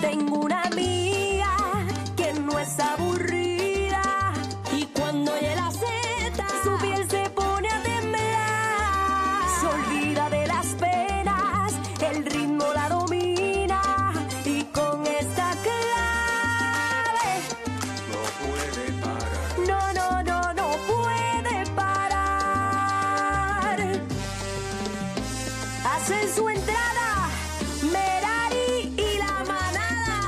Tengo una amiga que no es aburrida y cuando oye la seta su piel se pone a temblar. Se olvida de las penas, el ritmo la domina y con esta clave No puede parar. no, no, no, no puede parar. Hacen su entrada Merari y la manada.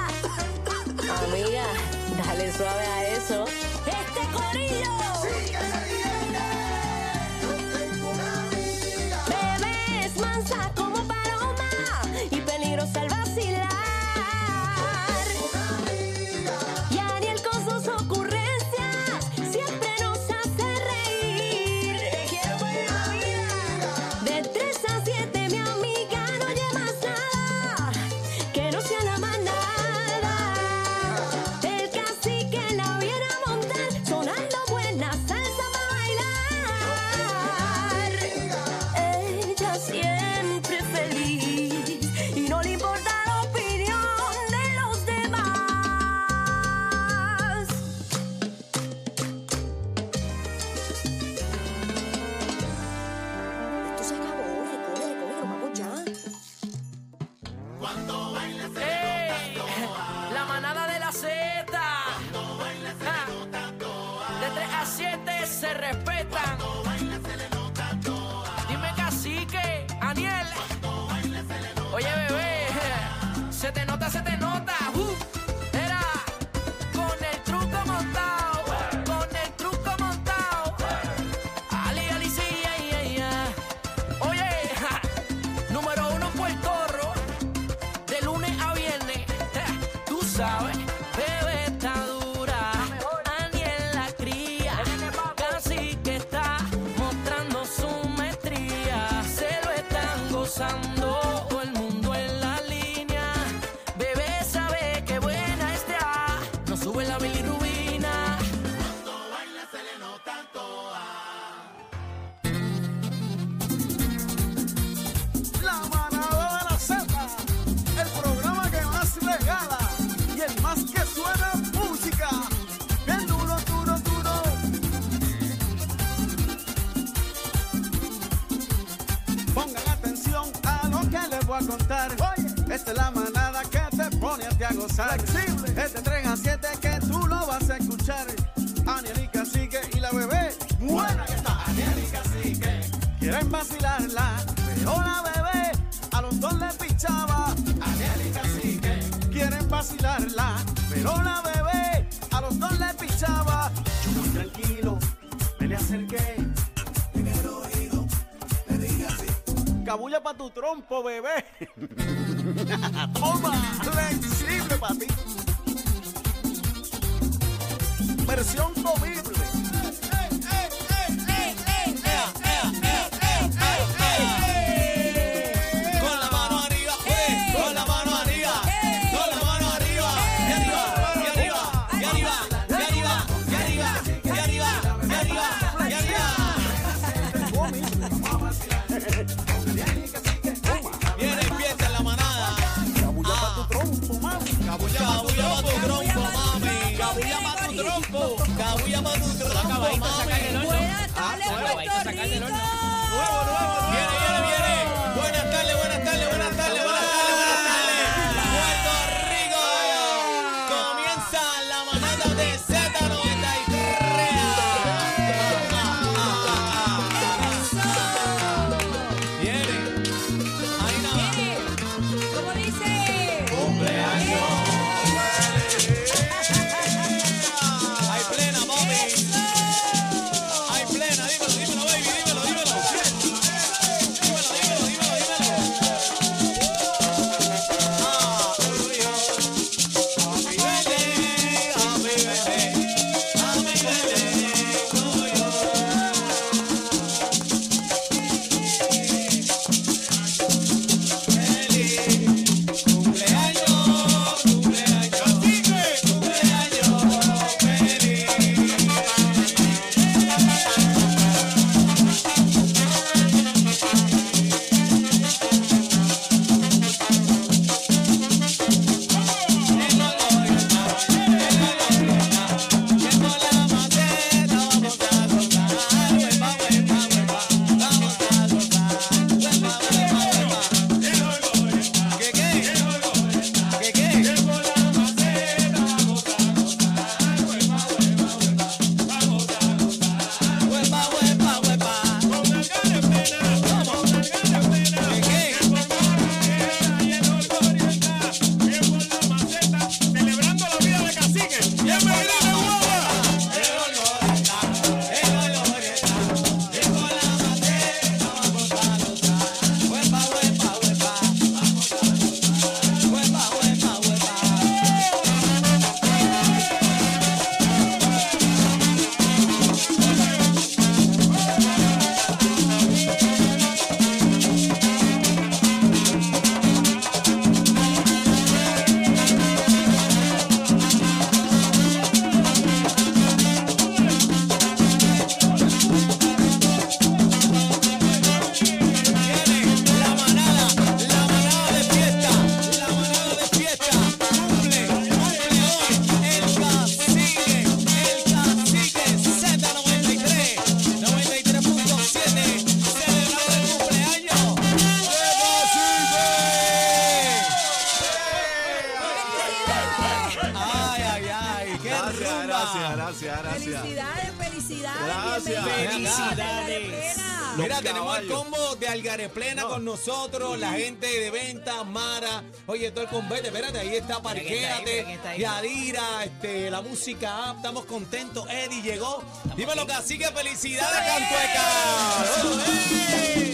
Amiga, Ah, dale suave a eso. Este corillo. Bebé es mansa como paloma y peligrosa al vacilar. Y Ariel con sus ocurrencias siempre nos hace reír. Te quiero por la vida. De 3 a 7, mi amiga, no llevas nada. Que no sea la manada. El cacique la viera montar, sonando buena salsa para bailar. Ella siempre feliz y no le importa la opinión de los demás. Esto se acabó, recoge, recoge, nos vamos ya. ¡Ey! La manada de la Z. Ah. De 3 a 7 se respetan. Dime cacique, Aniel. Oye, bebé. Se te nota, se te nota. Uh. Era con el truco montado. Con el truco montado. Ali, ali, sí, ay, ay, ay. Oye, ja. número uno fue el Torro de lunes a viernes. ja, Tú sabes, bebé está dura. Aniel la cría. Casi que está mostrando su maestría. Se lo están gozando. Todo el mundo en la línea. Bebé sabe que buena está. No sube la bilirrubina. La manada de la Z, el programa que más regala y el más que suena música. Bien duro, duro, duro. Pongan atención a lo que les voy a contar. Esta es la manada que te pone a ti a gozar. Es de 3 a 7 que tú lo vas a escuchar. Anielica sigue y la bebé. Buena que está. Anielica sigue. Quieren vacilarla. Pero la bebé a los dos le pichaba. Anielica sigue. Quieren vacilarla. Pero la bebé a los dos le pichaba. Yo muy tranquilo me le acerqué. Cabulla para tu trompo, bebé. Toma, flexible para ti. Versión comible. Con la mano arriba, eh, con la mano arriba, con la mano arriba, y arriba, y arriba, y arriba, y arriba, y arriba, y arriba, y arriba, y arriba. Viene fiesta en la manada. Cabulla para tu trompo, mami. Cabulla pa' tu trompo, mami. Cabulla pa' tu trompo. Cabulla pa' tu trompo, mami. Buenas tardes, Puerto Rico. Viene, viene, viene. Buenas tardes, buenas tardes, buenas tardes, buenas tardes, buenas tardes. Puerto Rico. Comienza la manada de Z93. Viene. Ahí nada. ¿Cómo dice? Hay plena, mami. Hay plena, dímelo, dímelo, baby, dímelo, dímelo. Gracias, gracias, gracias. Felicidades, felicidades. Gracias. bienvenida, Felicidades. Plena. Los Mira, tenemos el caballos. combo de Algareplena con nosotros, la gente de venta, Mara. Oye, todo el convete, espérate, ahí está, quién está ahí, mira quién parquéate. está ahí. Yadira, este, la música app, estamos contentos. Eddie llegó. Dímelo, cacique, felicidades, Cantueca.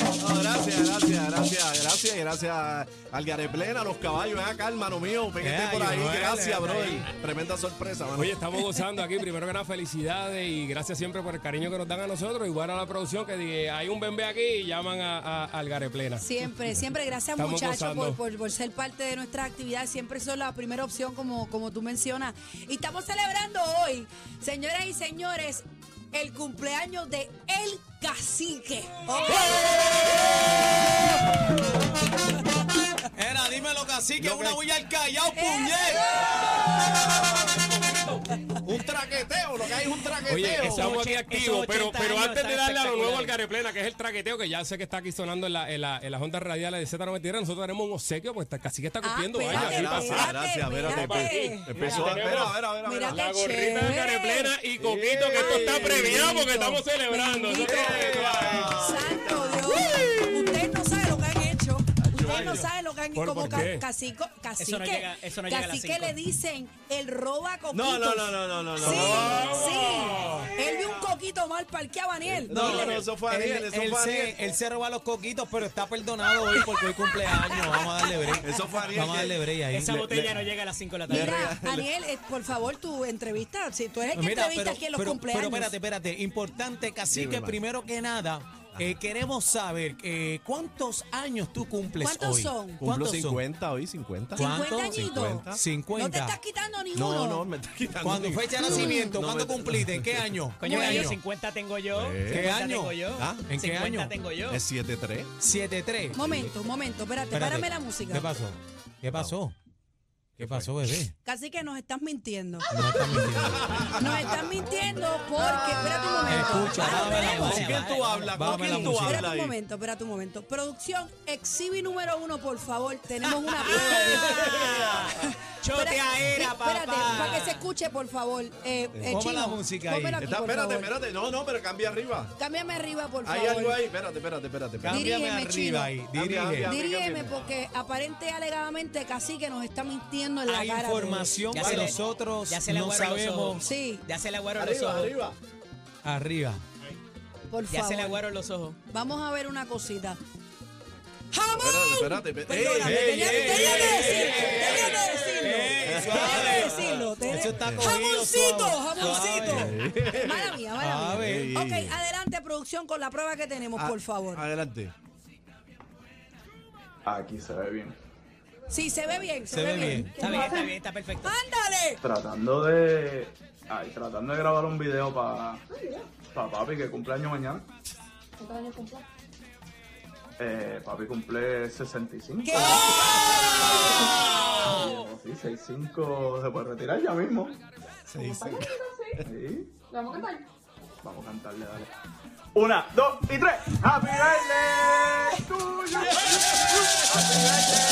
No, gracias, gracias, gracias, gracias, gracias al Gareplena, los caballos, ven acá, hermano mío, ven que esté Ay, por ahí, Joel, gracias, está brother. ahí. Tremenda sorpresa, mano. Oye, estamos gozando aquí. Primero que nada, felicidades y gracias siempre por el cariño que nos dan a nosotros. Igual a la producción que di- hay un bebé aquí y llaman a, a, al Gareplena. Siempre, siempre. Gracias Estamos muchachos por, gozando. por- por ser parte de nuestra actividad. Siempre son la primera opción, como, como tú mencionas. Y estamos celebrando hoy, señoras y señores, el cumpleaños de El Cacique. Ok. Era, dímelo, cacique, Lo que- una bulla al callao, puñet. Un traqueteo, lo que hay es un traqueteo. Oye, estamos aquí Oche- activos, esos pero, 80 pero años antes de están darle a lo nuevo al espectaculares. Gareplena, que es el traqueteo, que ya sé que está aquí sonando en, la, en, la, en las ondas radiales de Z93, nosotros tenemos un obsequio, pues casi que está Ah, cumpliendo años. espérate, Así pasa. espérate, gracias, espérate, espérate. Empezó, Mira, espera, espera, espera, mira, espera. La Qué gorrita chévere. del Gareplena y Coquito, que esto está premiado porque estamos celebrando. Bendito. Entonces, Santo Dios. Usted no sabe lo que han hecho. Usted no sabe lo que han ¿Por- hecho. Como por ca- qué? cacico, cacique. Eso no llega- eso no llega a las cacique cinco. le dicen el roba coquitos. No, no, no, no, no, no, no. Sí, sí. Él vio un coquito mal parqueado, Daniel. No, no, no, eso fue Ariel, Él, eso él fue Ariel. se, él se roba los coquitos, pero está perdonado hoy porque hoy cumpleaños. Vamos a darle break. Eso fue Ariel Vamos a que- darle break ahí. Esa Le- botella le- no llega a las 5 de la tarde. Mira, Daniel, eh, por favor, tu entrevista. Si tú eres el que Mira, entrevista aquí en los cumpleaños. pero espérate, espérate. Importante, Dime, Cacique, hermano. primero que nada, eh, queremos saber eh, cuántos años tú cumples ¿Cuántos hoy. son? Cumplo ¿Cuántos son? 50 hoy, 50. ¿Cuán- 50 ¿cuánto? añitos. 50. No te 50. estás quitando ni uno. No, no, me está quitando. ¿Cuándo mi- fecha de No, nacimiento? no, ¿Cuándo me- cumpliste? ¿En qué año? Coño, ¿Qué ¿qué año? año? 50 tengo yo. ¿Qué 50 año? Tengo yo. Ah, ¿en qué 50 año? tengo yo. Es 7-3. 7-3. Momento, momento, espérate, Espérate. párame la música. ¿Qué pasó? ¿Qué pasó? ¿Qué pasó, bebé? Casi que nos estás mintiendo. No está mintiendo. Nos estás mintiendo porque. Espérate un momento. Escucha, Ah, bájame la tenemos. música. ¿Con quién tú hablas? ¿Con Bájame la quién tú música. hablas Espérate un ahí? momento, espérate un momento. Producción, exhibi número uno, por favor. Tenemos una prueba. Chotea era, Espérate, papá. para que se escuche, por favor. Eh, eh, Ponme Chino, la música ahí. pónmelo aquí, Está, por espérate, favor. espérate. No, no, pero cambia arriba. Cámbiame arriba, por favor. Hay algo ahí. Espérate, espérate, espérate. espérate. Cámbiame Dirígeme, chino. arriba ahí. Cambia, Dirige. cambia. Dirígeme porque aparente y alegadamente Cacique nos está mintiendo en la Hay cara. bebé. información Ya que se le- nosotros ya se le no aguaron los sabemos. ojos. Sí, Ya se le aguaron los Arriba, ojos. arriba. Arriba. por Ya se le favor. aguaron los ojos. Vamos a ver una cosita. ¡Jamón! Espérate, espérate. Perdóname, Ey, tenía, ey, ey, tenía que ey, decirlo, ey, tenía ey, que decirlo, ey, tenía suave. que decirlo. tenía- Eso está cogido, ¡Jamoncito, suave, jamoncito! Mala mía, mala Suave. Ah, mía. Ok, Ey. adelante, producción, con la prueba que tenemos, por favor. Adelante. Aquí se ve bien. Sí, se ve bien, se, Se ve ve bien. bien. ¿Qué Está bien, pasa? está bien, está perfecto. ¡Ándale! Tratando de. Ay, tratando de grabar un video para. Para papi que cumpleaños mañana. ¿Cuántos años cumple? Eh, papi cumple 65. ¿Qué? Ah. Eh, Sí, 65. Se puede retirar ya mismo. Sí. Vamos a cantarle, dale. Una, dos y tres. ¡Happy birthday! to you. ¡Happy birthday!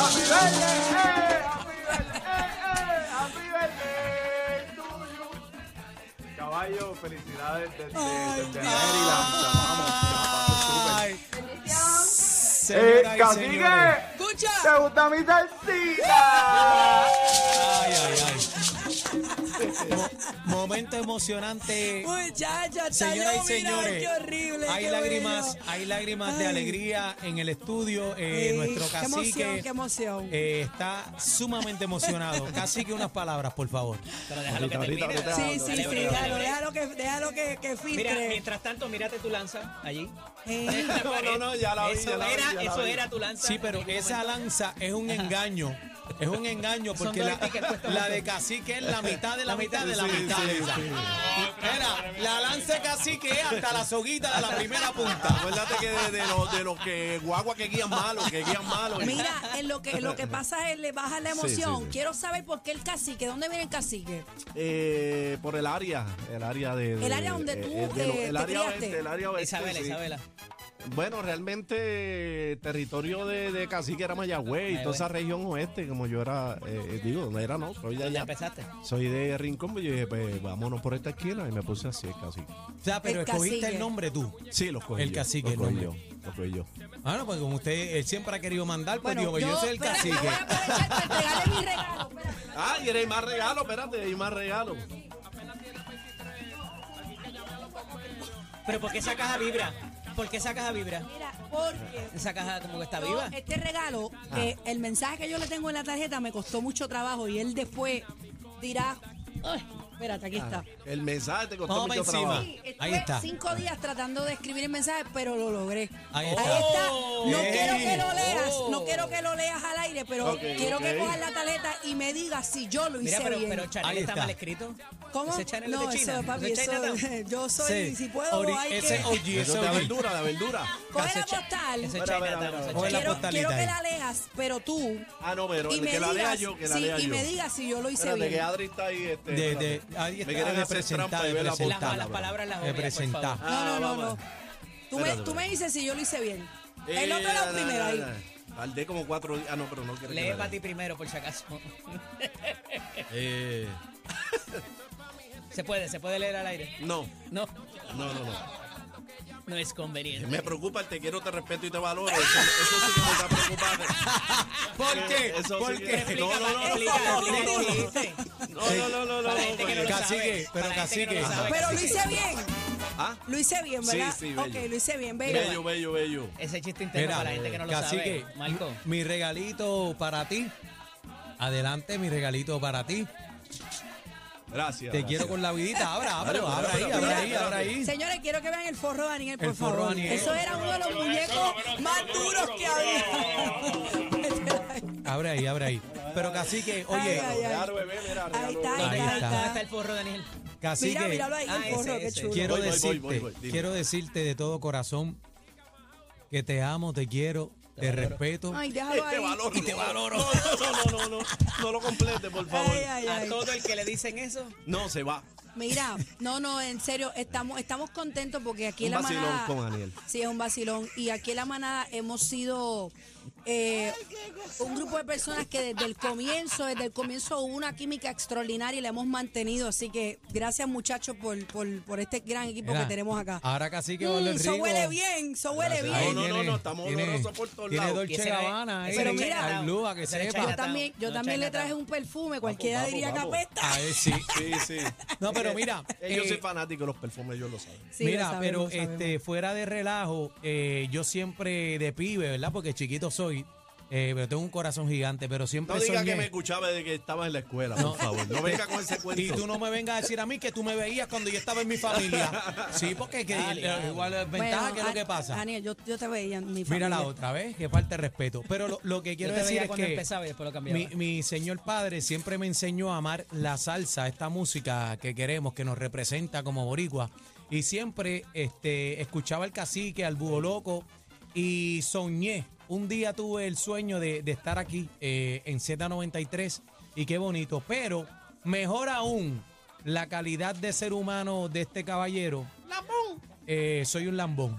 ¡Happy birthday! eh, ¡Happy birthday! to you. Caballo, felicidades desde, desde Maryland. Te amamos, Ay. te Señoras la pasas y súper. ¡Eh, señores. cacique! ¡Escucha! ¿Te gusta mi salsita? Ay, ay, ay. Mo- momento emocionante. Muchacha, hasta Señoras y yo, mira, señores, qué horrible. hay qué lágrimas, bueno. hay lágrimas de Ay. alegría en el estudio. eh, Sí, nuestro qué cacique emoción, qué emoción. eh, está sumamente emocionado. Cacique, unas palabras, por favor. Pero déjalo que Ahorita, termine. ahorita, Sí, sí, Dale, sí, dale, déjalo, dale. déjalo que, déjalo que, que Mira, filtre. mientras tanto, mírate tu lanza allí. Eh, No, no, no, ya la vi, Eso ya la vi, era, ya la eso vi. era tu lanza. Sí, pero esa lanza es un engaño. Es un engaño Son porque dos la, tickets puestos la juntos. de cacique es la mitad de la mitad de la mitad. de esa. Mira, la lanza de cacique es hasta la soguita de la primera punta. Acuérdate que de, de los de los que guagua que guían malo, que guían malo. Mira, en lo que, lo que pasa es le baja la Sí, sí, emoción. sí. Quiero saber por qué el cacique, ¿dónde viene el cacique? Eh, por el área, el área de, de- El área donde eh, tú, eh, de lo- eh, el te área criaste. oeste, el área oeste. Isabela, sí. Isabela. Bueno, realmente territorio de, de cacique era Mayagüez y toda esa región oeste, como yo era, eh, digo, no era no, soy de Ya allá. empezaste. Soy de Rincón, pues yo dije, pues vámonos por esta esquina y me puse así el cacique. O sea, pero El escogiste cacique. el nombre tú. Sí, los cogí El yo, cacique, los cogí el yo, los cogí yo. Ah, no, porque como usted, él siempre ha querido mandar, pues digo, yo, soy el espérate, cacique. Voy a aprovechar para entregarle mi regalo. espérate. Ah, y hay más regalo, espérate, hay más regalo. Pero ¿por qué esa caja vibra? ¿Por qué esa caja vibra? Mira, porque Esa caja como que está yo, viva. este regalo, Ah. que el mensaje que yo le tengo en la tarjeta me costó mucho trabajo y él después dirá, "Ay, espérate, Ah. aquí está. El mensaje te costó Vamos mucho pa' encima. trabajo. Sí, estuve Ah, Ahí está. cinco días tratando de escribir el mensaje, pero lo logré. Ahí está. No Bien. quiero que lo leas, no Oh. quiero que lo leas al aire, pero Ok, quiero que ok. cojas la taleta y me digas si yo lo hice Mira, pero, bien. pero Chanel Ahí está. está. mal escrito. ¿Cómo? Ese Chanel no, es de China. eso, papi, Ese Chinatown. eso- yo soy, Sí. si puedo, Ori- hay ese que... OG, Eso ese es la OG. verdura, la verdura. Coge la Ese Cha- postal. Ese Espera, Chinatown, espera, ese espera. Coge la Quiero, Chinatown. postalita quiero que ahí. la leas, pero tú... Ah, no, pero Y el me que la lea digas, yo, que la sí, lea yo. y me digas si yo lo hice Espérate, bien. que Adri está ahí. Este, De- de- espérate. ahí está me quieren de hacer presentar, trampa de y ver la presentar. Las postal. malas palabras las obvias, por Representá. favor. No, no, no, Ah, vamos. no. Tú me, Espérate, tú me dices si yo lo hice bien. Eh, El otro era na, el primero na, ahí. na. Tardé como cuatro días. Ah, no, pero no quiero. que Lee la para lea. ti primero, por si acaso. Eh, Se puede, se puede leer al aire. no, No, no, no, no. no es conveniente. Me preocupa el te quiero, te respeto y te valoro. Eso, eso sí que me está preocupando. ¿Por qué? Eso sí ¿Por que- qué? No, no, no, Explica, no, explica, no, no, no. explica el chiste. No, no, no, no, no, Para la gente que no lo no. Cacique, sabe, pero para la gente que no lo cacique. sabe, Pero lo cacique. hice bien. Ah, Lo hice bien, Sí, ¿verdad? sí, bello. ok, lo hice bien, bello. bello, bello, bello. Ese chiste interno Mira, para la gente que no lo cacique, sabe. Marco. mi regalito para ti. Adelante, mi regalito para ti. Gracias. Te quiero con la vidita. Abra, abra, Espérate, abra ahí, espérate, abra ahí, espérate. abra ahí. Señores, quiero que vean el forro de Daniel, por El favor. forro de Daniel. Eso era uno de los muñecos más duros que había. Abre ahí, abre ahí. Pero cacique, oye, Ay, ay, ay. Claro, bebé, mira, Ahí regalo. está, ahí Ahí está, está. ahí ¿Dónde está está. el forro, Daniel? cacique. Mira, míralo ahí, Ah, el forro, ese, qué ese. chulo. Quiero Voy, voy, decirte, voy, voy, voy, dime. quiero decirte de todo corazón que te amo, te quiero, te, respeto. Ay, déjalo Este ahí. Y te valoro. No, no, no, no, no. No lo complete, por favor. Ay, ay, A ay. todo el que le dicen eso. No, se va. Mira, no, no, en serio, estamos, estamos contentos porque aquí en Un la vacilón manada. con Daniel. Sí, es un vacilón. Y aquí en la manada hemos sido eh, un grupo de personas que desde el comienzo, desde el comienzo hubo una química extraordinaria y la hemos mantenido. Así que gracias muchachos por, por, por este gran equipo Mira, que tenemos acá. Ahora cacique Mm, huele eso rico. huele bien, eso huele Gracias. bien. No, no, no, no, estamos olorosos por todos Tiene lados. Y ese Dolce no es- Gabbana ahí, ese no es mira, Chinatown. al luz, a que Ese no es Yo sepa. Chinatown. también, yo No, también le Chinatown. traje un perfume, cualquiera vamos, diría que vamos. apesta. Ay, sí. Sí, sí. No, pero mira, Eh, yo eh, soy fanático de los perfumes, yo lo saben. Sí, lo Mira, sabemos, pero lo sabemos. este fuera de relajo, eh, yo siempre de pibe, ¿verdad? Porque chiquito soy, eh, pero tengo un corazón gigante, pero siempre No diga soñé. que me escuchaba desde que estaba en la escuela, por favor. No venga con ese cuento. y tú no me vengas a decir a mí que tú me veías cuando yo estaba en mi familia. Sí, porque que, eh, igual es ventaja Bueno, que es lo que Dan- pasa. Daniel, yo, yo te veía en mi Mira la familia. otra vez, que falta de respeto. Pero lo, lo que quiero Yo te decir veía es cuando que empezaba y después lo cambiaba. mi, mi señor padre siempre me enseñó a amar la salsa, esta música que queremos, que nos representa como boricua. Y siempre este, escuchaba al cacique, al búho loco, y soñé. Un día tuve el sueño de, de estar aquí eh, en Z93 y qué bonito. Pero mejor aún, la calidad de ser humano de este caballero. Eh, soy un lambón.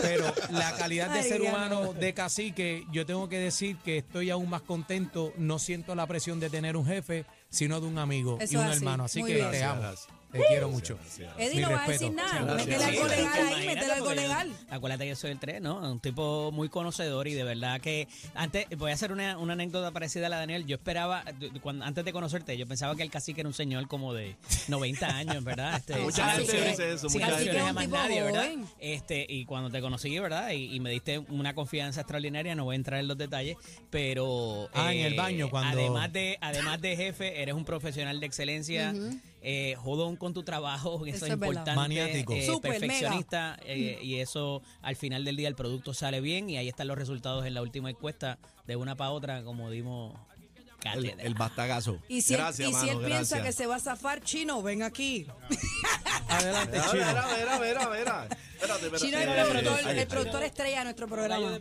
Pero la calidad de Ay, ser Dios. humano de cacique, yo tengo que decir que estoy aún más contento. No siento la presión de tener un jefe, sino de un amigo Eso y un es así. hermano. Así Muy que bien. te amo. Gracias, Te quiero mucho. Eddie Mi no va a respeto. decir nada. Gracias. Métele algo Gracias. legal ahí, Imagínate, métele algo porque yo- legal. Acuérdate que yo soy el 3, ¿no? Un tipo muy conocedor y de verdad que. Antes, voy a hacer una, una anécdota parecida a la de Daniel. Yo esperaba, d- d- cuando, antes de conocerte, yo pensaba que el cacique era un señor como de 90 años, ¿verdad? Este, Mucha sin gente canciones- dice eso, sin mucha canciones gente. a más Tipo nadie, ¿verdad? joven. Este, y cuando te conocí, ¿verdad? Y, y me diste una confianza extraordinaria, no voy a entrar en los detalles, pero. eh, Ah, en el baño, cuando- Además de, además de jefe, eres un profesional de excelencia. eh, jodón con tu trabajo, eso, Eso es es verdad. importante. Maniático. eh, Súper, mega. perfeccionista eh, y eso al final del día el producto sale bien y ahí están los resultados en la última encuesta de una para otra como dimos El, cátedra. el bastagazo. Y si, él- gracias, y si mano, él piensa que gracias. se va a zafar, chino, ven aquí. Adelante, Verá, chino. verá, verá, verá, verá. Espérate, Eh, espérate. Chino es Ahí, el productor, ahí, ahí. el productor estrella de nuestro programa.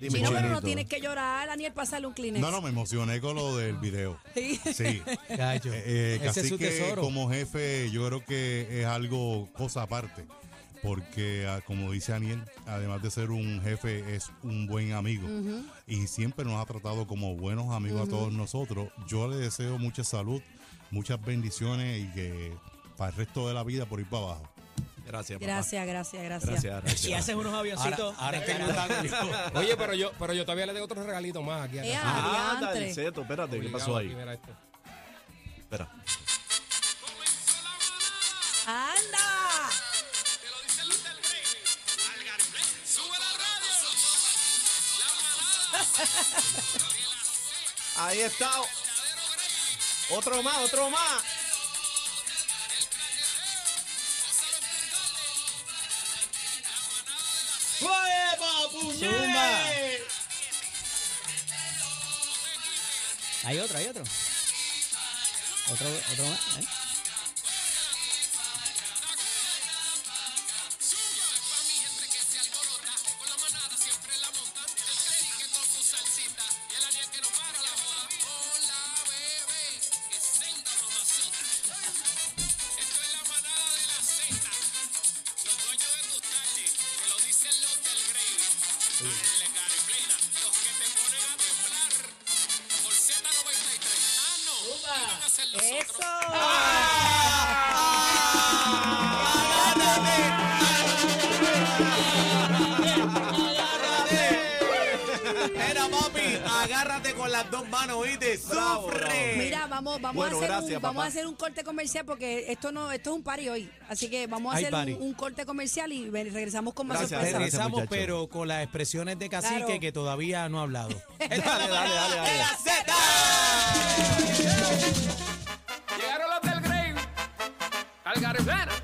Dime, Chino, pero no Chinito. tienes que llorar, Daniel, pásale un Kleenex. No, no, me emocioné con lo del video. Sí. Sí. Cacho, Eh, eh, ese es su cacique, tesoro. como jefe, yo creo que es algo, cosa aparte. porque ah, como dice Aniel, además de ser un jefe, es un buen amigo Ujú. y siempre nos ha tratado como buenos amigos Ujú. a todos nosotros. Yo le deseo mucha salud, muchas bendiciones y que para el resto de la vida por ir para abajo. Gracias, Gracias, gracias, gracias. Gracias, gracias. Y haces unos avioncitos. Ahora- ahora estoy descarados. Oye, pero yo, pero yo todavía le tengo otro regalito más aquí. a Ea, Cacique. Ah, diantre. dale, Seto, espérate, ¿qué pasó ahí? Mira esto. Espera. ¡Anda! Ahí está. Otro más, otro más. Zumba. Hay otro, hay otro. Otro, otro más. ¿eh? ¡Eso! Era papi, agárrate con las dos manos, oíste. Sufre. Mira, vamos, vamos, Bueno, a hacer gracias, un, vamos papá. a hacer un corte comercial porque esto no, esto es un party hoy. Así que vamos a Hay hacer party. un, un corte comercial y ven- regresamos con más Gracias, sorpresas. gracias. Regresamos, muchacho. pero con las expresiones de cacique Claro. que todavía no ha hablado. Dale, dale, dale, dale. Llegaron los del Grey, al Garifena.